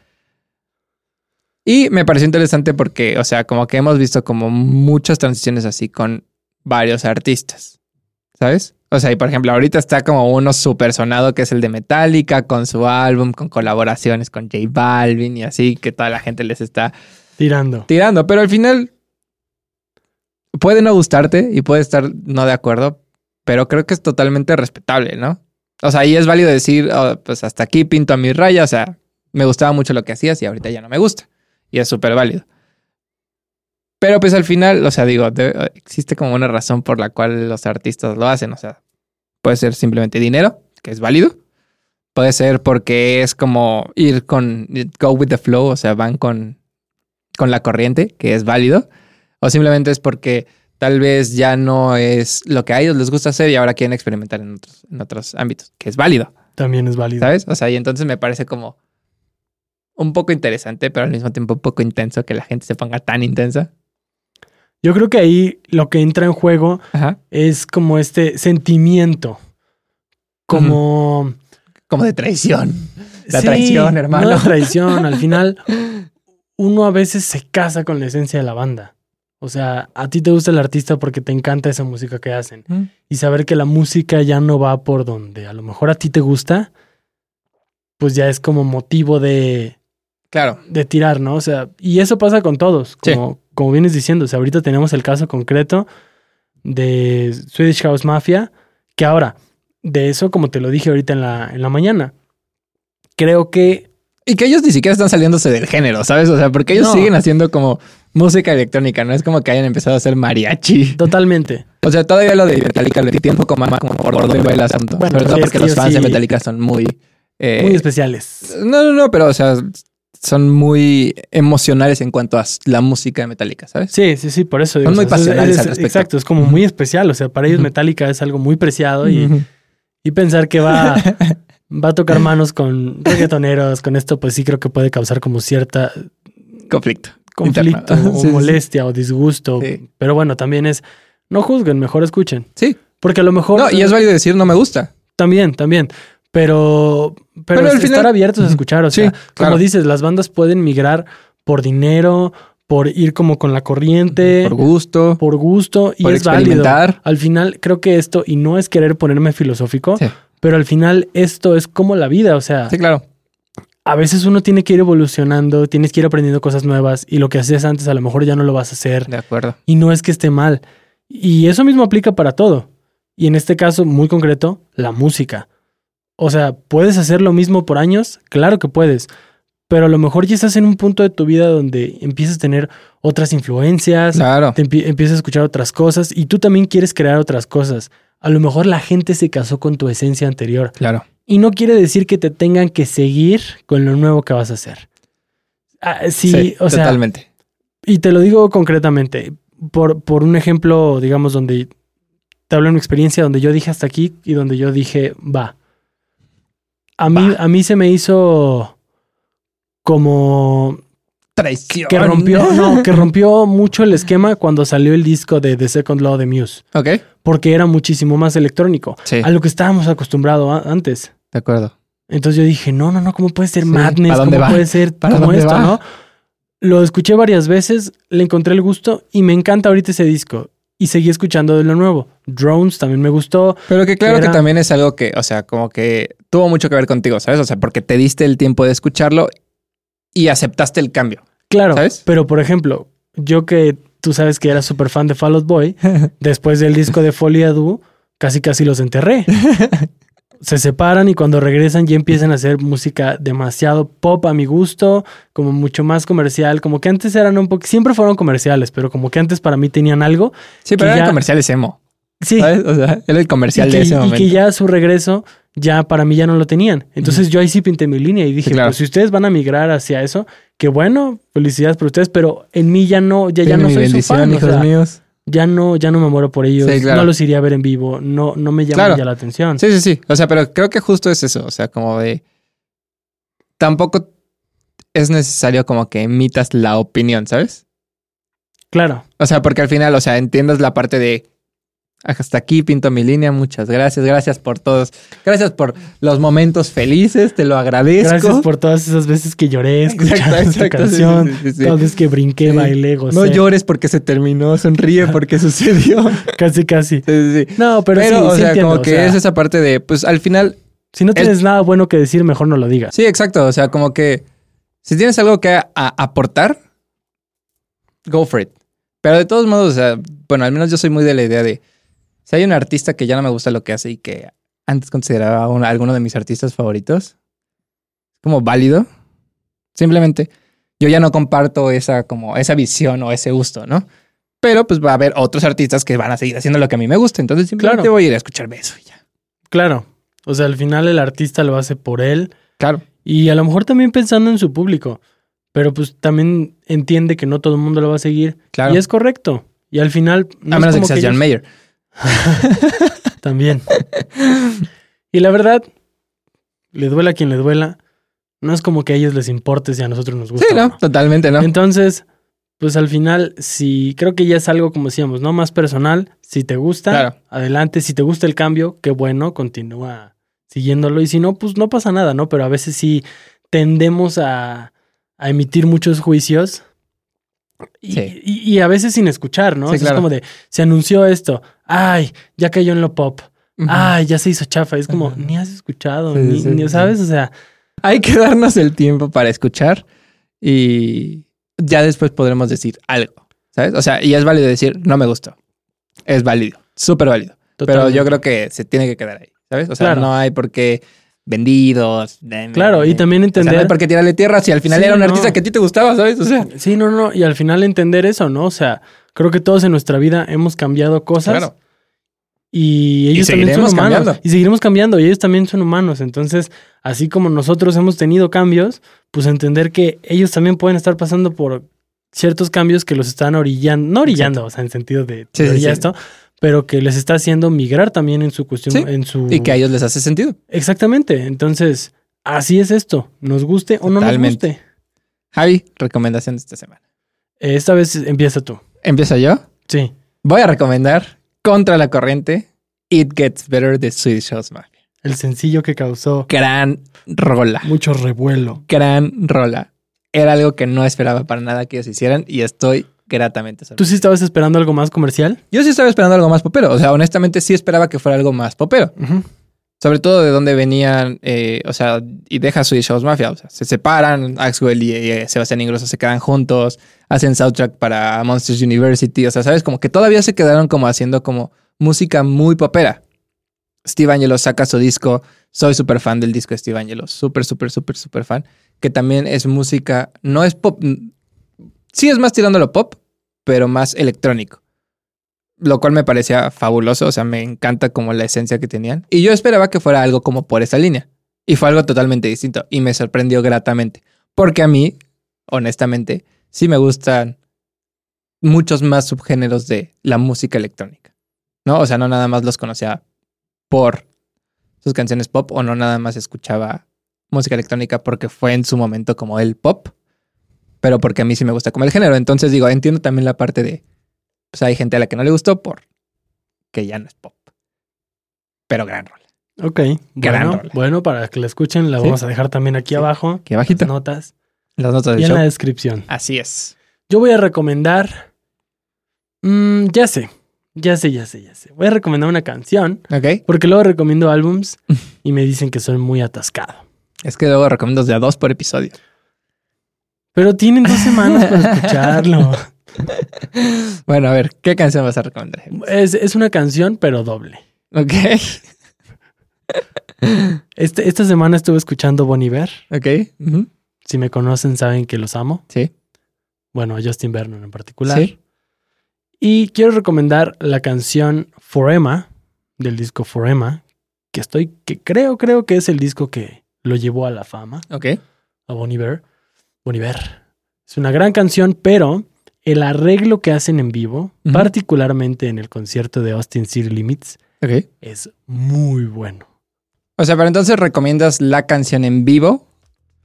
[SPEAKER 2] Y me pareció interesante porque, o sea, como que hemos visto como muchas transiciones así con varios artistas, ¿sabes? O sea, y por ejemplo, ahorita está como uno súper sonado que es el de Metallica con su álbum, con colaboraciones con J Balvin y así, que toda la gente les está
[SPEAKER 1] Tirando.
[SPEAKER 2] tirando. Pero al final puede no gustarte y puede estar no de acuerdo, pero creo que es totalmente respetable, ¿no? O sea, ahí es válido decir, "Oh, pues hasta aquí pinto a mi raya, o sea, me gustaba mucho lo que hacías y ahorita ya no me gusta. Y es súper válido. Pero pues al final, o sea, digo, de- existe como una razón por la cual los artistas lo hacen, o sea, puede ser simplemente dinero, que es válido. Puede ser porque es como ir con, go with the flow, o sea, van con, con la corriente, que es válido, o simplemente es porque tal vez ya no es lo que a ellos les gusta hacer y ahora quieren experimentar en otros, en otros ámbitos, que es válido,
[SPEAKER 1] También es válido.
[SPEAKER 2] ¿sabes? O sea, y entonces me parece como un poco interesante, pero al mismo tiempo un poco intenso que la gente se ponga tan intensa.
[SPEAKER 1] Yo creo que ahí lo que entra en juego
[SPEAKER 2] Ajá.
[SPEAKER 1] es como este sentimiento. Como.
[SPEAKER 2] Como de traición. La
[SPEAKER 1] Sí,
[SPEAKER 2] traición, hermano.
[SPEAKER 1] no la traición. Al final, uno a veces se casa con la esencia de la banda. O sea, a ti te gusta el artista porque te encanta esa música que hacen. Y saber que la música ya no va por donde a lo mejor a ti te gusta, pues ya es como motivo de,
[SPEAKER 2] Claro.
[SPEAKER 1] de tirar, ¿no? O sea, y eso pasa con todos,
[SPEAKER 2] Sí.
[SPEAKER 1] como, como vienes diciendo. O sea, ahorita tenemos el caso concreto de Swedish House Mafia, que ahora, de eso, como te lo dije ahorita en la, en la mañana, creo que
[SPEAKER 2] Y que ellos ni siquiera están saliéndose del género, ¿sabes? O sea, porque ellos
[SPEAKER 1] No.
[SPEAKER 2] siguen haciendo como música electrónica, no es como que hayan empezado a hacer mariachi.
[SPEAKER 1] totalmente.
[SPEAKER 2] O sea, todavía lo de Metallica lo entiendo un poco más como por orden del asunto.
[SPEAKER 1] Bueno,
[SPEAKER 2] Sobre todo
[SPEAKER 1] sí, es
[SPEAKER 2] porque
[SPEAKER 1] que
[SPEAKER 2] los
[SPEAKER 1] yo
[SPEAKER 2] fans de
[SPEAKER 1] sí-
[SPEAKER 2] Metallica son muy... eh,
[SPEAKER 1] Muy especiales.
[SPEAKER 2] no, no, no, pero o sea, son muy emocionales en cuanto a s- la música de Metallica, ¿sabes?
[SPEAKER 1] Sí, sí, sí, por eso.
[SPEAKER 2] Son muy
[SPEAKER 1] o sea, es-
[SPEAKER 2] pasionales
[SPEAKER 1] es-
[SPEAKER 2] al respecto.
[SPEAKER 1] Exacto, es como muy especial. O sea, para ellos
[SPEAKER 2] Ujú.
[SPEAKER 1] Metallica es algo muy preciado y, y pensar que va, va a tocar manos con reggaetoneros, con esto, pues sí creo que puede causar como cierta
[SPEAKER 2] Conflicto.
[SPEAKER 1] conflicto
[SPEAKER 2] Interno.
[SPEAKER 1] o
[SPEAKER 2] Sí, sí, sí.
[SPEAKER 1] molestia o disgusto.
[SPEAKER 2] Sí.
[SPEAKER 1] Pero bueno, también es, no juzguen, mejor escuchen.
[SPEAKER 2] Sí.
[SPEAKER 1] Porque a lo mejor...
[SPEAKER 2] No, y es válido decir no me gusta.
[SPEAKER 1] También, también. Pero, pero,
[SPEAKER 2] Pero al
[SPEAKER 1] es- estar
[SPEAKER 2] final-
[SPEAKER 1] abiertos a escuchar. O
[SPEAKER 2] Sí,
[SPEAKER 1] sea,
[SPEAKER 2] claro.
[SPEAKER 1] como dices, las bandas pueden migrar por dinero, por ir como con la corriente,
[SPEAKER 2] Por gusto.
[SPEAKER 1] por gusto y
[SPEAKER 2] por
[SPEAKER 1] es válido.
[SPEAKER 2] experimentar.
[SPEAKER 1] Al final, creo que esto, y no es querer ponerme filosófico,
[SPEAKER 2] Sí.
[SPEAKER 1] pero al final esto es como la vida. O sea,
[SPEAKER 2] Sí, claro.
[SPEAKER 1] a veces uno tiene que ir evolucionando, tienes que ir aprendiendo cosas nuevas y lo que hacías antes a lo mejor ya no lo vas a hacer
[SPEAKER 2] De acuerdo.
[SPEAKER 1] y no es que esté mal. Y eso mismo aplica para todo. Y en este caso muy concreto, la música. O sea, ¿puedes hacer lo mismo por años? Claro que puedes. Pero a lo mejor ya estás en un punto de tu vida donde empiezas a tener otras influencias,
[SPEAKER 2] Claro.
[SPEAKER 1] te empie- empiezas a escuchar otras cosas y tú también quieres crear otras cosas. A lo mejor la gente se casó con tu esencia anterior.
[SPEAKER 2] Claro.
[SPEAKER 1] Y no quiere decir que te tengan que seguir con lo nuevo que vas a hacer. Ah, sí, o sea,
[SPEAKER 2] Totalmente.
[SPEAKER 1] y te lo digo concretamente, por, por un ejemplo, digamos, donde te hablo de una experiencia donde yo dije hasta aquí y donde yo dije, va. A mí,
[SPEAKER 2] Va.
[SPEAKER 1] A mí se me hizo como
[SPEAKER 2] Traición.
[SPEAKER 1] que rompió, no, que rompió mucho el esquema cuando salió el disco de The Second Law de Muse,
[SPEAKER 2] ok.
[SPEAKER 1] porque era muchísimo más electrónico
[SPEAKER 2] Sí.
[SPEAKER 1] a lo que estábamos acostumbrados a- antes.
[SPEAKER 2] De acuerdo.
[SPEAKER 1] Entonces yo dije, no, no, no, ¿cómo puede ser
[SPEAKER 2] Sí,
[SPEAKER 1] Madness?
[SPEAKER 2] ¿para
[SPEAKER 1] ¿Cómo
[SPEAKER 2] dónde va?
[SPEAKER 1] puede ser
[SPEAKER 2] ¿Para
[SPEAKER 1] como
[SPEAKER 2] dónde
[SPEAKER 1] esto,
[SPEAKER 2] va?
[SPEAKER 1] no? Lo escuché varias veces, le encontré el gusto y me encanta ahorita ese disco. Y seguí escuchando de lo nuevo. Drones también me gustó.
[SPEAKER 2] Pero que claro
[SPEAKER 1] Era-
[SPEAKER 2] que también es algo que, o sea, como que tuvo mucho que ver contigo, ¿sabes? O sea, porque te diste el tiempo de escucharlo y aceptaste el cambio.
[SPEAKER 1] Claro,
[SPEAKER 2] ¿Sabes?
[SPEAKER 1] pero por ejemplo, yo que tú sabes que era súper fan de Fall Out Boy, después del disco de Folia Du, casi casi los enterré. se separan y cuando regresan ya empiezan a hacer música demasiado pop a mi gusto, como mucho más comercial, como que antes eran un poco, siempre fueron comerciales, pero como que antes para mí tenían algo.
[SPEAKER 2] Sí, pero
[SPEAKER 1] que
[SPEAKER 2] eran
[SPEAKER 1] ya-
[SPEAKER 2] comerciales emo.
[SPEAKER 1] Sí,
[SPEAKER 2] ¿sabes? O sea, era el
[SPEAKER 1] y
[SPEAKER 2] comercial
[SPEAKER 1] que,
[SPEAKER 2] de ese
[SPEAKER 1] y
[SPEAKER 2] momento.
[SPEAKER 1] que ya a su regreso, ya para mí ya no lo tenían. Entonces yo ahí sí pinté mi línea y dije,
[SPEAKER 2] Sí, claro.
[SPEAKER 1] pues si ustedes van a migrar hacia eso, que bueno, felicidades por ustedes, pero en mí ya no, ya, ya
[SPEAKER 2] Tienen
[SPEAKER 1] no
[SPEAKER 2] mi
[SPEAKER 1] soy su
[SPEAKER 2] bendición,
[SPEAKER 1] fan. o
[SPEAKER 2] hijos
[SPEAKER 1] sea,
[SPEAKER 2] míos.
[SPEAKER 1] ya no, ya no me muero por ellos,
[SPEAKER 2] Sí, claro.
[SPEAKER 1] no los iría a ver en vivo, no, no me llaman
[SPEAKER 2] Claro.
[SPEAKER 1] ya la atención.
[SPEAKER 2] Sí, sí, sí. O sea, pero creo que justo es eso. O sea, como de. Tampoco es necesario como que emitas la opinión, ¿sabes?
[SPEAKER 1] Claro.
[SPEAKER 2] O sea, porque al final, o sea, entiendes la parte de. Hasta aquí pinto mi línea, muchas gracias, gracias por todos, gracias por los momentos felices, te lo agradezco.
[SPEAKER 1] Gracias por todas esas veces que lloré escuchando esta
[SPEAKER 2] sí, sí,
[SPEAKER 1] canción.
[SPEAKER 2] sí, sí.
[SPEAKER 1] Todas veces que brinqué,
[SPEAKER 2] Sí.
[SPEAKER 1] bailé, gocé.
[SPEAKER 2] No llores porque se terminó, sonríe porque sucedió.
[SPEAKER 1] Casi, casi.
[SPEAKER 2] Sí, sí, sí.
[SPEAKER 1] No, pero,
[SPEAKER 2] Pero,
[SPEAKER 1] sí,
[SPEAKER 2] o
[SPEAKER 1] sí
[SPEAKER 2] sea,
[SPEAKER 1] entiendo,
[SPEAKER 2] como
[SPEAKER 1] o
[SPEAKER 2] que
[SPEAKER 1] sea,
[SPEAKER 2] es esa parte de, pues al final,
[SPEAKER 1] Si no
[SPEAKER 2] el-
[SPEAKER 1] tienes nada bueno que decir, mejor no lo digas.
[SPEAKER 2] Sí, exacto. O sea, como que si tienes algo que a- aportar, go for it. Pero de todos modos, o sea, bueno, al menos yo soy muy de la idea de si hay un artista que ya no me gusta lo que hace y que antes consideraba un- alguno de mis artistas favoritos, como válido. Simplemente yo ya no comparto esa como esa visión o ese gusto, ¿no? Pero pues va a haber otros artistas que van a seguir haciendo lo que a mí me gusta, entonces simplemente
[SPEAKER 1] Claro.
[SPEAKER 2] voy a ir a escucharme eso y ya.
[SPEAKER 1] Claro. O sea, al final el artista lo hace por él
[SPEAKER 2] Claro.
[SPEAKER 1] y a lo mejor también pensando en su público. Pero pues también entiende que no todo el mundo lo va a seguir.
[SPEAKER 2] Claro.
[SPEAKER 1] Y es correcto. Y al final. no
[SPEAKER 2] a
[SPEAKER 1] es
[SPEAKER 2] menos de
[SPEAKER 1] como
[SPEAKER 2] que seas
[SPEAKER 1] ellos-
[SPEAKER 2] John Mayer.
[SPEAKER 1] También. Y la verdad, le duela a quien le duela, no es como que a ellos les importe si a nosotros nos gusta.
[SPEAKER 2] Sí,
[SPEAKER 1] o
[SPEAKER 2] no,
[SPEAKER 1] no.
[SPEAKER 2] totalmente, ¿no?
[SPEAKER 1] Entonces, pues al final, si creo que ya es algo como decíamos, ¿no? Más personal. Si te gusta,
[SPEAKER 2] Claro.
[SPEAKER 1] adelante. Si te gusta el cambio, qué bueno, continúa siguiéndolo. Y si no, pues no pasa nada, ¿no? Pero a veces sí tendemos a, a emitir muchos juicios. Y,
[SPEAKER 2] Sí.
[SPEAKER 1] y- y a veces sin escuchar, ¿no?
[SPEAKER 2] Sí,
[SPEAKER 1] O sea,
[SPEAKER 2] claro.
[SPEAKER 1] Es como de, se anunció esto, ay, ya cayó en lo pop,
[SPEAKER 2] Ujú.
[SPEAKER 1] ay, ya se hizo chafa. Es como,
[SPEAKER 2] Ajá.
[SPEAKER 1] ni has escuchado,
[SPEAKER 2] Sí,
[SPEAKER 1] ni,
[SPEAKER 2] sí,
[SPEAKER 1] ni-
[SPEAKER 2] sí.
[SPEAKER 1] ¿sabes? O sea,
[SPEAKER 2] Hay que darnos el tiempo para escuchar y ya después podremos decir algo, ¿sabes? O sea, y es válido decir, no me gustó. Es válido, súper válido. Pero
[SPEAKER 1] totalmente.
[SPEAKER 2] yo creo que se tiene que quedar ahí, ¿sabes? O sea,
[SPEAKER 1] Claro.
[SPEAKER 2] no hay por qué vendidos. de- de-
[SPEAKER 1] Claro, y
[SPEAKER 2] de-
[SPEAKER 1] también
[SPEAKER 2] o sea, no
[SPEAKER 1] entender...
[SPEAKER 2] hay por qué tirarle tierra si al final
[SPEAKER 1] Sí,
[SPEAKER 2] era un
[SPEAKER 1] no.
[SPEAKER 2] artista que a ti te gustaba, ¿sabes? O sea,
[SPEAKER 1] Sí, no, no, y al final entender eso, ¿no? O sea, creo que todos en nuestra vida hemos cambiado cosas
[SPEAKER 2] claro.
[SPEAKER 1] y ellos
[SPEAKER 2] Y
[SPEAKER 1] también son
[SPEAKER 2] seguiremos
[SPEAKER 1] humanos.
[SPEAKER 2] cambiando.
[SPEAKER 1] Y seguiremos cambiando y ellos también son humanos. Entonces, así como nosotros hemos tenido cambios, pues entender que ellos también pueden estar pasando por ciertos cambios que los están orillando, no orillando, o sea, en sentido de
[SPEAKER 2] Sí, sí,
[SPEAKER 1] orilla
[SPEAKER 2] sí.
[SPEAKER 1] esto, pero que les está haciendo migrar también en su cuestión,
[SPEAKER 2] Sí,
[SPEAKER 1] en su...
[SPEAKER 2] Y que a ellos les hace sentido.
[SPEAKER 1] Exactamente, entonces, así es esto, nos guste o no
[SPEAKER 2] Totalmente.
[SPEAKER 1] nos guste.
[SPEAKER 2] Javi, recomendación de esta semana.
[SPEAKER 1] Esta vez empieza tú,
[SPEAKER 2] ¿Empiezo yo?
[SPEAKER 1] sí.
[SPEAKER 2] Voy a recomendar Contra la Corriente, It Gets Better de Swedish House Mafia.
[SPEAKER 1] El sencillo que causó
[SPEAKER 2] Gran rola.
[SPEAKER 1] mucho revuelo.
[SPEAKER 2] gran rola. Era algo que no esperaba para nada que ellos hicieran y estoy gratamente
[SPEAKER 1] ¿Tú
[SPEAKER 2] sorprendido.
[SPEAKER 1] sí estabas esperando algo más comercial?
[SPEAKER 2] Yo sí estaba esperando algo más popero. O sea, honestamente sí esperaba que fuera algo más popero. Sobre todo de dónde venían, eh, o sea, y deja Swedish House Mafia. O sea, se separan, Axwell y eh, Sebastián Ingrosso se quedan juntos, hacen soundtrack para Monsters University. O sea, sabes, como que todavía se quedaron como haciendo como música muy popera. Steve Angelo saca su disco. Soy súper fan del disco de Steve Angelo. Súper, súper, súper, súper fan. Que también es música, no es pop. Sí es más tirándolo pop, pero más electrónico. Lo cual me parecía fabuloso. O sea, me encanta como la esencia que tenían. Y yo esperaba que fuera algo como por esa línea. Y fue algo totalmente distinto. Y me sorprendió gratamente. Porque a mí, honestamente, sí me gustan muchos más subgéneros de la música electrónica. ¿No? O sea, no nada más los conocía por sus canciones pop o no nada más escuchaba música electrónica porque fue en su momento como el pop, pero porque a mí sí me gusta como el género. Entonces digo, entiendo también la parte de, pues hay gente a la que no le gustó por que ya no es pop. Pero gran rol.
[SPEAKER 1] Ok.
[SPEAKER 2] Gran
[SPEAKER 1] Bueno,
[SPEAKER 2] rola.
[SPEAKER 1] bueno, para que la escuchen, la
[SPEAKER 2] Sí.
[SPEAKER 1] vamos a dejar también aquí
[SPEAKER 2] Sí.
[SPEAKER 1] abajo.
[SPEAKER 2] Aquí abajito.
[SPEAKER 1] Las notas.
[SPEAKER 2] Las
[SPEAKER 1] Y
[SPEAKER 2] notas del
[SPEAKER 1] en
[SPEAKER 2] show.
[SPEAKER 1] la descripción.
[SPEAKER 2] Así es.
[SPEAKER 1] Yo voy a recomendar. Mm, ya sé. Ya sé, ya sé, ya sé. Voy a recomendar una canción.
[SPEAKER 2] Ok.
[SPEAKER 1] Porque luego recomiendo álbums y me dicen que soy muy atascado.
[SPEAKER 2] Es que luego recomiendo de a dos por episodio.
[SPEAKER 1] Pero tienen dos semanas para escucharlo.
[SPEAKER 2] Bueno, a ver, ¿qué canción vas a recomendar? James?
[SPEAKER 1] Es, es una canción, pero doble.
[SPEAKER 2] Ok.
[SPEAKER 1] Este- esta semana estuve escuchando Bon Iver.
[SPEAKER 2] Ok. ujú,
[SPEAKER 1] Si me conocen, saben que los amo.
[SPEAKER 2] Sí.
[SPEAKER 1] Bueno, a Justin Vernon en particular.
[SPEAKER 2] Sí.
[SPEAKER 1] Y quiero recomendar la canción Forema, del disco Forema, que estoy, que creo, creo que es el disco que lo llevó a la fama,
[SPEAKER 2] Ok.
[SPEAKER 1] a Bon Iver. Bon Iver. Es una gran canción, pero el arreglo que hacen en vivo,
[SPEAKER 2] Ujú.
[SPEAKER 1] particularmente en el concierto de Austin City Limits,
[SPEAKER 2] Ok.
[SPEAKER 1] es muy bueno.
[SPEAKER 2] O sea, pero entonces recomiendas la canción en vivo,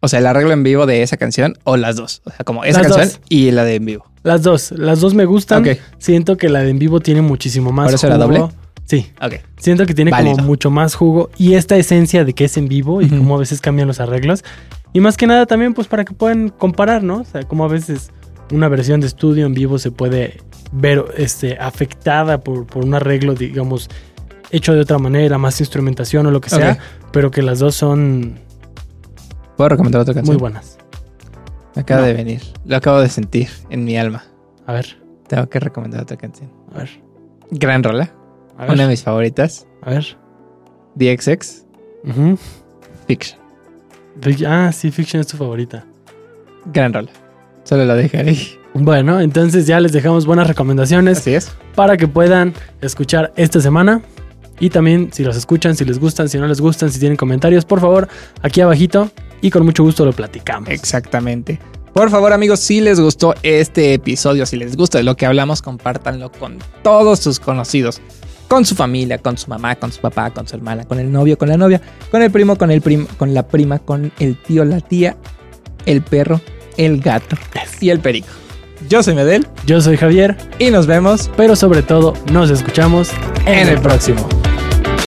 [SPEAKER 2] o sea, el arreglo en vivo de esa canción o las dos. O sea, como esa
[SPEAKER 1] Las
[SPEAKER 2] canción
[SPEAKER 1] dos.
[SPEAKER 2] y la de en vivo.
[SPEAKER 1] Las dos, las dos me gustan.
[SPEAKER 2] Ok.
[SPEAKER 1] Siento que la de en vivo tiene muchísimo más
[SPEAKER 2] ¿Por eso era doble?
[SPEAKER 1] Sí,
[SPEAKER 2] Ok.
[SPEAKER 1] siento que tiene
[SPEAKER 2] Válido.
[SPEAKER 1] como mucho más jugo y esta esencia de que es en vivo y
[SPEAKER 2] Ujú.
[SPEAKER 1] cómo a veces cambian los arreglos. Y más que nada también pues para que puedan comparar, ¿no? O sea, cómo a veces una versión de estudio en vivo se puede ver este, afectada por, por un arreglo, digamos, hecho de otra manera, más instrumentación o lo que sea,
[SPEAKER 2] Ok.
[SPEAKER 1] pero que las dos son
[SPEAKER 2] ¿Puedo recomendar otra
[SPEAKER 1] muy
[SPEAKER 2] canción?
[SPEAKER 1] buenas.
[SPEAKER 2] Me acaba
[SPEAKER 1] No.
[SPEAKER 2] de venir. Lo acabo de sentir en mi alma.
[SPEAKER 1] A ver,
[SPEAKER 2] Tengo que recomendar otra canción.
[SPEAKER 1] a ver,
[SPEAKER 2] Gran rola.
[SPEAKER 1] a ver,
[SPEAKER 2] Una de mis favoritas.
[SPEAKER 1] a ver.
[SPEAKER 2] DXX.
[SPEAKER 1] Ujú.
[SPEAKER 2] Fiction.
[SPEAKER 1] Fic- Ah, sí, Fiction es tu favorita.
[SPEAKER 2] Gran rola. Solo lo dejaré ahí.
[SPEAKER 1] Bueno, entonces ya les dejamos buenas recomendaciones
[SPEAKER 2] Así es.
[SPEAKER 1] para que puedan escuchar esta semana. Y también si los escuchan, si les gustan, si no les gustan, si tienen comentarios, por favor, aquí abajito y con mucho gusto lo platicamos.
[SPEAKER 2] Exactamente. Por favor, amigos, si les gustó este episodio, si les gusta de lo que hablamos, compártanlo con todos sus conocidos, con su familia, con su mamá, con su papá, con su hermana, con el novio, con la novia, con el primo, con el primo, con la prima, con el tío, la tía, el perro, el gato y el perico. Yo soy Medel
[SPEAKER 1] Yo soy Javier,
[SPEAKER 2] y nos vemos
[SPEAKER 1] pero sobre todo nos escuchamos
[SPEAKER 2] en el próximo.